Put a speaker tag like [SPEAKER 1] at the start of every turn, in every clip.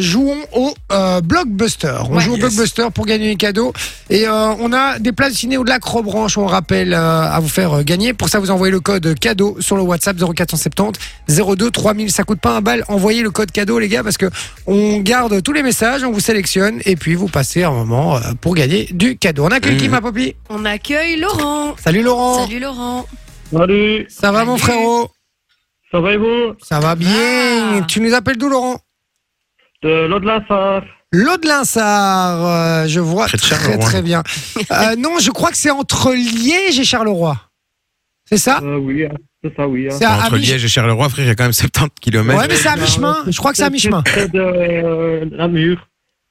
[SPEAKER 1] Jouons au euh, blockbuster. On
[SPEAKER 2] Ouais.
[SPEAKER 1] joue au
[SPEAKER 2] Yes.
[SPEAKER 1] blockbuster pour gagner des cadeaux. Et euh, on a des places ciné ou de la Crobranche, on rappelle, euh, à vous faire euh, gagner. Pour ça, vous envoyez le code cadeau sur le WhatsApp 0470 02 3000. Ça coûte pas un bal. Envoyez le code cadeau, les gars, parce que on garde tous les messages, on vous sélectionne et puis vous passez un moment euh, pour gagner du cadeau. On accueille qui,
[SPEAKER 3] Mhm.
[SPEAKER 1] ma Poppy
[SPEAKER 2] On accueille Laurent.
[SPEAKER 1] Salut Laurent.
[SPEAKER 2] Mmh. Salut Laurent.
[SPEAKER 4] Salut,
[SPEAKER 1] Ça va, mon
[SPEAKER 2] Salut.
[SPEAKER 1] frérot
[SPEAKER 4] ça va et vous
[SPEAKER 1] Ça va bien.
[SPEAKER 2] Ah.
[SPEAKER 1] Tu nous appelles d'où, Laurent
[SPEAKER 4] De l'eau de la Sarre.
[SPEAKER 1] L'eau de Linsard, euh, je vois
[SPEAKER 3] Près de
[SPEAKER 1] très
[SPEAKER 3] Charleroi.
[SPEAKER 1] très bien. Euh, non, je crois que c'est entre Liège et Charleroi. C'est ça
[SPEAKER 4] Euh, oui, hein, c'est ça, oui. hein.
[SPEAKER 1] C'est à, à
[SPEAKER 3] Entre
[SPEAKER 1] mi-
[SPEAKER 3] Liège et Charleroi, frère, il y a quand même 70 km.
[SPEAKER 1] Bah, Ouais, mais c'est à mi-chemin. Je crois que c'est à mi-chemin.
[SPEAKER 4] près de euh, Namur.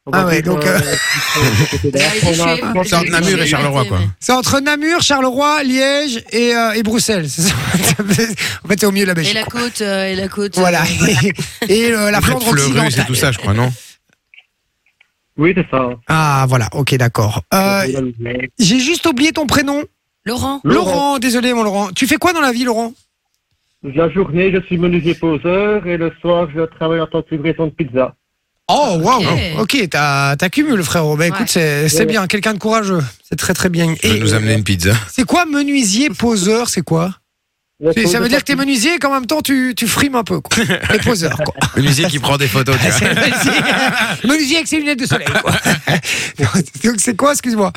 [SPEAKER 4] On va
[SPEAKER 1] Ah ouais,
[SPEAKER 4] dire,
[SPEAKER 1] donc,
[SPEAKER 4] euh,
[SPEAKER 1] euh,
[SPEAKER 4] c'est derrière,
[SPEAKER 2] Je
[SPEAKER 4] on a-
[SPEAKER 2] suis-
[SPEAKER 4] on a-
[SPEAKER 3] C'est entre Namur et Charleroi, quoi.
[SPEAKER 1] C'est entre Namur, Charleroi, Liège et, euh, et Bruxelles. C'est ça en fait, c'est au milieu de la
[SPEAKER 2] Et
[SPEAKER 1] Belgique.
[SPEAKER 2] la côte, euh, et la côte.
[SPEAKER 1] Voilà.
[SPEAKER 2] euh,
[SPEAKER 1] Et euh, la
[SPEAKER 3] Après,
[SPEAKER 1] Flandre
[SPEAKER 3] Fleurus et
[SPEAKER 1] occidentale.
[SPEAKER 3] tout ça, je crois, non
[SPEAKER 4] Oui, c'est ça.
[SPEAKER 1] Ah, voilà. Ok, d'accord. Euh, J'ai juste oublié ton prénom.
[SPEAKER 2] Laurent.
[SPEAKER 1] Laurent.
[SPEAKER 4] Laurent.
[SPEAKER 1] désolé, mon Laurent. Tu fais quoi dans la vie, Laurent
[SPEAKER 4] La journée, je suis menuisier poseur et le soir, je travaille en tant que livraison de pizza.
[SPEAKER 1] Oh, waouh.
[SPEAKER 2] Ok.
[SPEAKER 1] Ok, t'as- t'accumules, frérot. Bah, écoute,
[SPEAKER 2] Ouais.
[SPEAKER 1] c'est c'est
[SPEAKER 4] Ouais.
[SPEAKER 1] bien. Quelqu'un de courageux. C'est très, très bien.
[SPEAKER 3] Tu veux
[SPEAKER 1] Et-
[SPEAKER 3] nous amener une pizza
[SPEAKER 1] C'est quoi menuisier, poseur C'est quoi C'est- Ça veut dire que t'es menuisier et qu'en même temps tu, tu frimes un peu. Quoi. Et poseur. Quoi.
[SPEAKER 3] Le musée qui prend des photos, tu vois.
[SPEAKER 1] C'est menuisier. menuisier avec ses lunettes de soleil. Quoi. Donc c'est quoi, excuse-moi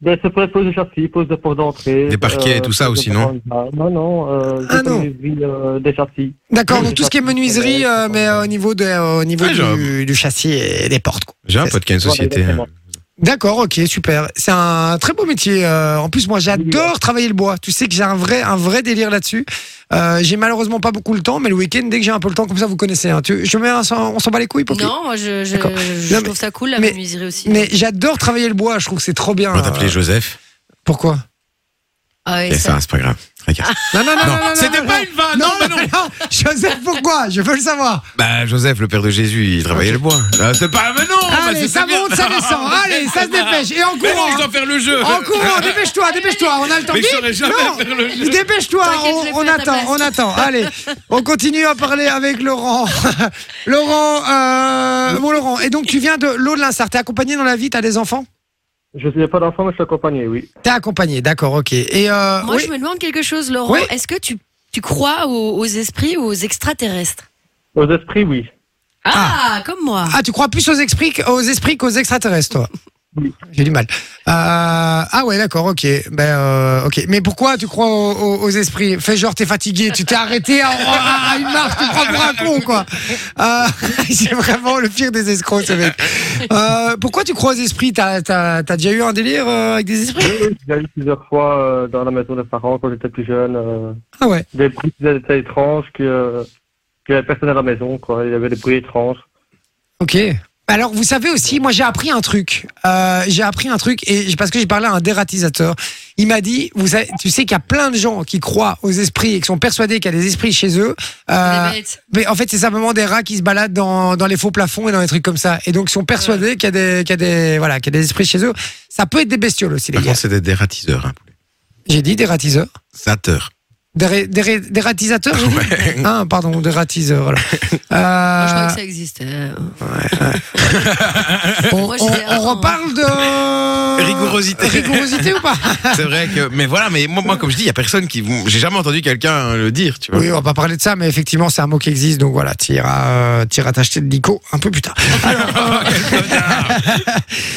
[SPEAKER 4] Ben, c'est pour les pauses de châssis, pause de port d'entrée. euh,
[SPEAKER 3] Des parquets et tout ça
[SPEAKER 4] pause
[SPEAKER 3] aussi,
[SPEAKER 4] de
[SPEAKER 3] non
[SPEAKER 4] port d'entrée. Non, non, euh,
[SPEAKER 1] Ah,
[SPEAKER 4] des
[SPEAKER 1] non.
[SPEAKER 4] menuiseries, euh, des châssis.
[SPEAKER 1] D'accord,
[SPEAKER 4] Oui,
[SPEAKER 1] donc
[SPEAKER 4] c'est
[SPEAKER 1] tout ce qui est
[SPEAKER 4] ça.
[SPEAKER 1] menuiserie, euh, mais euh, au niveau, de, euh, au niveau
[SPEAKER 3] Ah, genre.
[SPEAKER 1] du, du châssis et des portes. quoi.
[SPEAKER 3] J'ai un pote qui a une société. hein.
[SPEAKER 4] Voilà, exactement.
[SPEAKER 1] D'accord, ok, super. C'est un très beau métier. euh, en plus, moi, j'adore travailler le bois. Tu sais que j'ai un vrai, un vrai délire là-dessus. Euh, j'ai malheureusement pas beaucoup le temps, mais le week-end, dès que j'ai un peu le temps, comme ça, vous connaissez. hein. Tu- je mets un- on s'en bat les couilles, Poppy
[SPEAKER 2] Non, moi je, je,
[SPEAKER 1] D'accord.
[SPEAKER 2] je
[SPEAKER 1] Non, mais-
[SPEAKER 2] trouve ça cool la
[SPEAKER 1] mais-
[SPEAKER 2] menuiserie aussi.
[SPEAKER 1] Mais j'adore travailler le bois, je trouve que c'est trop bien.
[SPEAKER 3] On va t'appeler
[SPEAKER 1] Euh,
[SPEAKER 3] Joseph.
[SPEAKER 1] Pourquoi
[SPEAKER 2] Ah ouais,
[SPEAKER 3] Et
[SPEAKER 2] ça.
[SPEAKER 3] ça, c'est pas grave. Regarde.
[SPEAKER 1] Non, non, Ah, non, non,
[SPEAKER 3] Non,
[SPEAKER 1] non, non,
[SPEAKER 3] c'était
[SPEAKER 1] non,
[SPEAKER 3] pas une vanne.
[SPEAKER 1] non,
[SPEAKER 3] Non,
[SPEAKER 1] non, non, Joseph, pourquoi Je veux le savoir.
[SPEAKER 3] Bah, Joseph, le père de Jésus, il travaillait le bois. Ah, C'est pas. Mais non bah,
[SPEAKER 1] Allez,
[SPEAKER 3] c'est
[SPEAKER 1] ça
[SPEAKER 3] bien.
[SPEAKER 1] monte, ça descend. Allez, ça se dépêche. Et en
[SPEAKER 3] Mais non, je
[SPEAKER 1] courant.
[SPEAKER 3] dois faire le jeu.
[SPEAKER 1] hein. En courant, dépêche-toi, dépêche-toi. On a le temps.
[SPEAKER 3] Mais je
[SPEAKER 1] Vite,
[SPEAKER 3] saurais jamais
[SPEAKER 1] non,
[SPEAKER 3] faire le jeu.
[SPEAKER 1] Dépêche-toi,
[SPEAKER 2] T'inquiète, je l'ai
[SPEAKER 1] on, on
[SPEAKER 2] fait à ta
[SPEAKER 1] attend,
[SPEAKER 2] place.
[SPEAKER 1] on attend. Allez, on continue à parler avec Laurent. Laurent, euh, bon Laurent, et donc tu viens de l'eau de l'Insart. T'es accompagné dans la vie, t'as des enfants hein.
[SPEAKER 4] Je n'ai pas d'enfant, mais je suis accompagné, oui.
[SPEAKER 1] T'es accompagné, d'accord, ok. Et euh,
[SPEAKER 2] Moi
[SPEAKER 1] oui.
[SPEAKER 2] je me demande quelque chose, Laurent.
[SPEAKER 1] Oui.
[SPEAKER 2] Est-ce que tu, tu crois aux, aux esprits ou aux extraterrestres
[SPEAKER 4] Aux esprits, oui.
[SPEAKER 2] ah, comme moi.
[SPEAKER 1] Ah, tu crois plus aux esprits, qu'- aux esprits qu'aux extraterrestres, toi
[SPEAKER 4] Oui.
[SPEAKER 1] J'ai du mal. Euh, ah ouais, d'accord, ok. Ben, euh, ok. Mais pourquoi tu crois aux, aux- aux esprits Fais genre, t'es fatigué, tu t'es arrêté à, à- à une marche, tu prends pour un con, quoi. Euh, C'est vraiment le pire des escrocs, ce mec. Euh, pourquoi tu crois aux esprits T'as t'as- t'as déjà eu un délire euh, avec des esprits
[SPEAKER 4] J'ai eu plusieurs fois euh, dans la maison des parents quand j'étais plus jeune, euh,
[SPEAKER 1] Ah ouais.
[SPEAKER 4] des bruits qui étaient étranges, que, euh, qu'il y avait personne à la maison, quoi. Il y avait des bruits étranges.
[SPEAKER 1] Ok. Alors, vous savez aussi, moi j'ai appris un truc. Euh, j'ai appris un truc et j- parce que j'ai parlé à un dératisateur, il m'a dit, vous savez, tu sais qu'il y a plein de gens qui croient aux esprits et qui sont persuadés qu'il y a des esprits chez eux. Euh,
[SPEAKER 2] Des bêtes.
[SPEAKER 1] mais en fait, c'est simplement des rats qui se baladent dans, dans les faux plafonds et dans les trucs comme ça. Et donc, ils sont persuadés qu'il y a des, qu'il y a des, voilà, qu'il y a des esprits chez eux. Ça peut être des bestioles aussi, les
[SPEAKER 3] Par
[SPEAKER 1] gars.
[SPEAKER 3] contre, c'est des dératiseurs. Hein.
[SPEAKER 1] J'ai dit dératiseur.
[SPEAKER 3] Sateur.
[SPEAKER 1] Des, des, dératisateurs, j'ai dit.
[SPEAKER 3] Ouais.
[SPEAKER 1] Ah, pardon, dératiseur. Voilà. Euh,
[SPEAKER 2] Moi je crois que ça existe. euh.
[SPEAKER 1] on,
[SPEAKER 2] Moi, je
[SPEAKER 1] on-
[SPEAKER 2] dis,
[SPEAKER 1] on
[SPEAKER 2] euh,
[SPEAKER 1] reparle de
[SPEAKER 3] Rigorosité.
[SPEAKER 1] rigorosité ou pas
[SPEAKER 3] C'est vrai que. Mais voilà, mais moi, moi, comme je dis, il y a personne qui. J'ai jamais entendu quelqu'un le dire, tu vois.
[SPEAKER 1] Oui, on va pas parler de ça, mais effectivement, c'est un mot qui existe, donc voilà, t'iras euh, t'iras t'acheter de l'ico un peu plus tard.
[SPEAKER 3] Oh,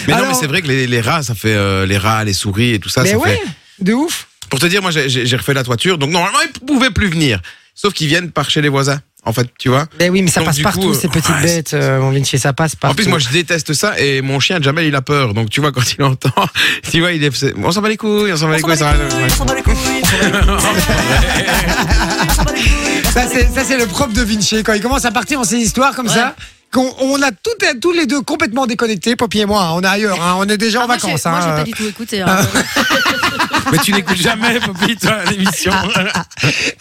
[SPEAKER 3] Mais non,
[SPEAKER 1] Alors-
[SPEAKER 3] mais c'est vrai que les, les rats, ça fait euh, les rats, les souris et tout ça.
[SPEAKER 1] mais
[SPEAKER 3] ça
[SPEAKER 1] ouais,
[SPEAKER 3] fait...
[SPEAKER 1] de ouf.
[SPEAKER 3] Pour te dire, moi, j'ai- j'ai j'ai refait la toiture, donc normalement, ils pouvaient plus venir. Sauf qu'ils viennent par chez les voisins, en fait, tu vois.
[SPEAKER 1] Mais Ben oui, mais ça
[SPEAKER 3] Donc,
[SPEAKER 1] passe
[SPEAKER 3] du
[SPEAKER 1] partout,
[SPEAKER 3] coup, euh,
[SPEAKER 1] ces petites
[SPEAKER 3] ouais,
[SPEAKER 1] bêtes, euh, mon Vinci, ça passe partout.
[SPEAKER 3] En plus, moi, je déteste ça et mon chien, Jamel, il a peur. Donc, tu vois, quand il entend, tu vois, il est. c'est- On s'en bat les couilles, on s'en bat les couilles, ça va. ouais.
[SPEAKER 1] ça, c'est, ça, c'est le propre de Vinci, quand il commence à partir dans ces histoires comme
[SPEAKER 2] Ouais.
[SPEAKER 1] ça. Qu'on, on a tout, tous les deux complètement déconnectés, Poppy et moi. hein, on est ailleurs, hein, on est déjà
[SPEAKER 2] Ah,
[SPEAKER 1] en
[SPEAKER 2] moi,
[SPEAKER 1] vacances.
[SPEAKER 2] j'ai- Moi j'ai
[SPEAKER 1] hein. Euh,
[SPEAKER 2] pas du tout écouté. hein.
[SPEAKER 3] Mais tu n'écoutes jamais, Poppy, toi, l'émission.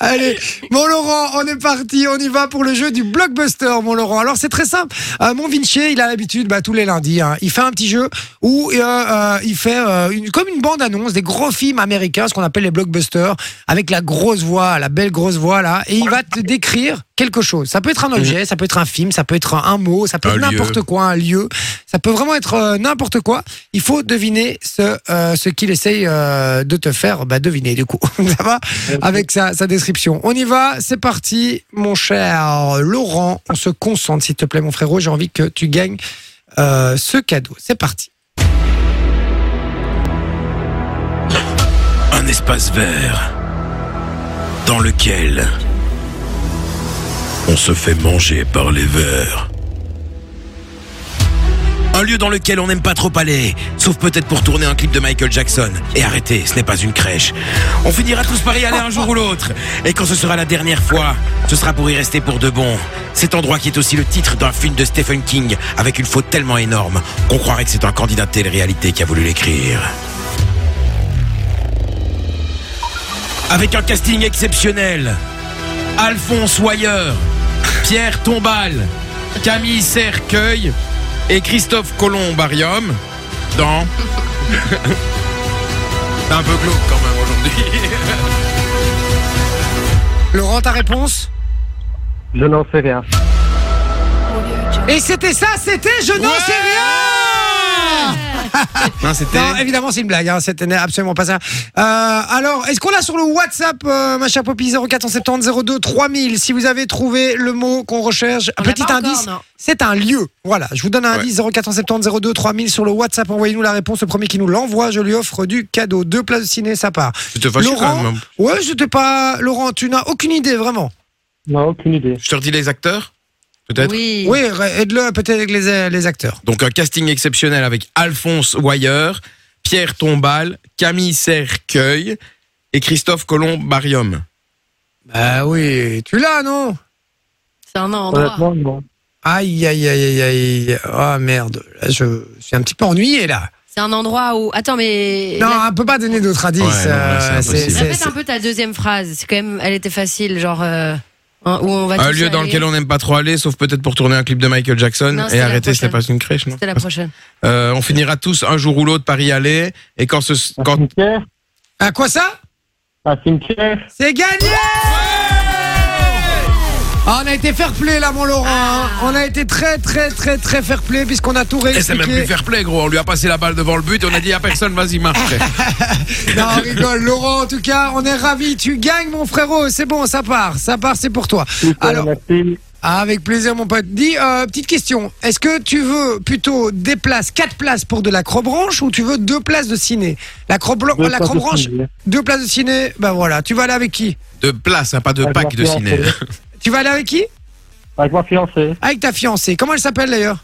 [SPEAKER 1] Allez, mon Laurent, on est parti, on y va pour le jeu du blockbuster, mon Laurent. Alors c'est très simple. Euh, mon Vinci, il a l'habitude, bah, tous les lundis, hein, il fait un petit jeu où euh, euh, il fait euh, une, comme une bande annonce des gros films américains, ce qu'on appelle les blockbusters, avec la grosse voix, la belle grosse voix là, et il va te décrire quelque chose. Ça peut être un objet, ça peut être un film, ça peut être un, un mot, ça peut
[SPEAKER 3] Mm. Un
[SPEAKER 1] être
[SPEAKER 3] lieu.
[SPEAKER 1] n'importe quoi, un lieu. Ça peut vraiment être euh, n'importe quoi. Il faut deviner ce, euh, ce qu'il essaye euh, de te faire bah, deviner, du coup. ça va avec sa, sa description. On y va, c'est parti, mon cher Laurent. On se concentre, s'il te plaît, mon frérot. J'ai envie que tu gagnes euh, ce cadeau. C'est parti.
[SPEAKER 5] Un espace vert dans lequel on se fait manger par les vers. Un lieu dans lequel on n'aime pas trop aller, sauf peut-être pour tourner un clip de Michael Jackson. Et arrêtez, ce n'est pas une crèche. On finira tous par y aller un jour ou l'autre. Et quand ce sera la dernière fois, ce sera pour y rester pour de bon. Cet endroit qui est aussi le titre d'un film de Stephen King, avec une faute tellement énorme qu'on croirait que c'est un candidat de télé-réalité qui a voulu l'écrire. avec un casting exceptionnel. Alphonse Hoyer, Pierre Tombal,
[SPEAKER 3] Camille Cercueil et Christophe Colombarium dans. C'est un peu glauque quand même aujourd'hui.
[SPEAKER 1] Laurent, ta réponse
[SPEAKER 4] Je n'en sais rien.
[SPEAKER 1] Et c'était ça, c'était Je n'en
[SPEAKER 3] Ouais
[SPEAKER 1] sais rien
[SPEAKER 3] Non, c'était.
[SPEAKER 1] Non, évidemment, c'est une blague. Hein. C'était absolument pas ça. Euh, alors, est-ce qu'on l'a sur le WhatsApp, euh, ma chère Poppy 0470 02 3000 Si vous avez trouvé le mot qu'on recherche,
[SPEAKER 2] On l'a
[SPEAKER 1] petit
[SPEAKER 2] pas encore,
[SPEAKER 1] indice,
[SPEAKER 2] non.
[SPEAKER 1] c'est un lieu. Voilà, je vous donne un
[SPEAKER 3] Ouais.
[SPEAKER 1] indice 0470 02 3000 sur le WhatsApp. Envoyez-nous la réponse. Le premier qui nous l'envoie, je lui offre du cadeau. Deux places de ciné, ça part.
[SPEAKER 3] C'était facile
[SPEAKER 1] Laurent,
[SPEAKER 3] quand même.
[SPEAKER 1] ouais, c'était pas. Laurent, tu n'as aucune idée vraiment.
[SPEAKER 4] Non, aucune idée.
[SPEAKER 3] Je te redis les acteurs Peut-être
[SPEAKER 2] Oui.
[SPEAKER 1] Oui, aide-le peut-être avec les, les acteurs.
[SPEAKER 3] Donc un casting exceptionnel avec Alphonse Hoyer, Pierre Tombal, Camille Cercueil et Christophe Colombarium.
[SPEAKER 1] Bah oui, tu l'as, non
[SPEAKER 2] C'est un endroit.
[SPEAKER 4] Honnêtement, non.
[SPEAKER 1] Aïe, aïe, aïe, aïe, aïe. Ah merde, là, je suis un petit peu ennuyé là.
[SPEAKER 2] C'est un endroit où. Attends, mais.
[SPEAKER 1] Non,
[SPEAKER 2] la-
[SPEAKER 1] on peut pas donner d'autres indices.
[SPEAKER 3] Ouais, non, là, c'est
[SPEAKER 1] euh,
[SPEAKER 3] impossible.
[SPEAKER 1] c'est-
[SPEAKER 2] Répète
[SPEAKER 1] c'est-
[SPEAKER 2] un peu ta deuxième phrase. C'est quand même. Elle était facile, genre. euh, hein, où on va
[SPEAKER 3] Un
[SPEAKER 2] tous
[SPEAKER 3] lieu dans
[SPEAKER 2] aller.
[SPEAKER 3] lequel on n'aime pas trop aller, sauf peut-être pour tourner un clip de Michael Jackson
[SPEAKER 2] Non, c'était
[SPEAKER 3] et
[SPEAKER 2] la
[SPEAKER 3] arrêter, ce n'est pas
[SPEAKER 2] prochaine.
[SPEAKER 3] une crèche, non
[SPEAKER 2] C'était la prochaine.
[SPEAKER 3] Euh, On finira tous un jour ou l'autre par y aller. Et quand ce...
[SPEAKER 4] Un
[SPEAKER 3] Quand...
[SPEAKER 4] cimetière
[SPEAKER 1] Ah, quoi ça
[SPEAKER 4] Un cimetière
[SPEAKER 1] C'est gagné Ah, on a été fair play là, mon Laurent. hein. On a été très, très, très, très fair play puisqu'on a tout
[SPEAKER 5] Ah.
[SPEAKER 3] Eh,
[SPEAKER 5] et c'est même plus
[SPEAKER 1] réexpliqué.
[SPEAKER 5] fair play gros, on lui a passé la balle devant le but et on a dit à personne vas-y marche.
[SPEAKER 1] Non, on rigole, Laurent. En tout cas, on est ravis. Tu gagnes, mon frérot. C'est bon, ça part, ça part, c'est pour toi.
[SPEAKER 4] Super,
[SPEAKER 1] Alors-
[SPEAKER 4] merci.
[SPEAKER 1] Ah, Avec plaisir, mon pote. Dis, euh, petite question. Est-ce que tu veux plutôt des places, quatre places pour de la crobranche ou tu veux deux places de ciné La crobranche,
[SPEAKER 4] Deux
[SPEAKER 1] la
[SPEAKER 4] places de
[SPEAKER 1] crobranche,
[SPEAKER 4] ciné.
[SPEAKER 1] deux places de ciné. Ben voilà, tu vas aller avec qui
[SPEAKER 3] De place, hein, pas de
[SPEAKER 4] Avec ma
[SPEAKER 3] pack de ciné.
[SPEAKER 4] fiancée.
[SPEAKER 1] Tu vas aller avec qui
[SPEAKER 4] Avec ma fiancée,
[SPEAKER 1] Avec ta fiancée. Comment elle s'appelle d'ailleurs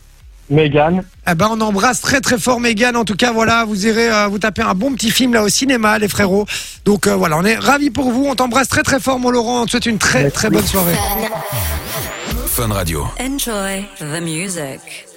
[SPEAKER 4] Mégane.
[SPEAKER 1] eh ben, on embrasse très très fort Mégane. En tout cas, voilà, vous irez euh, vous taper un bon petit film là au cinéma, les frérots. Donc euh, voilà, on est ravis pour vous. On t'embrasse très très fort, mon Laurent. On te souhaite une très très bonne soirée.
[SPEAKER 5] Fun Radio.
[SPEAKER 6] Enjoy the music.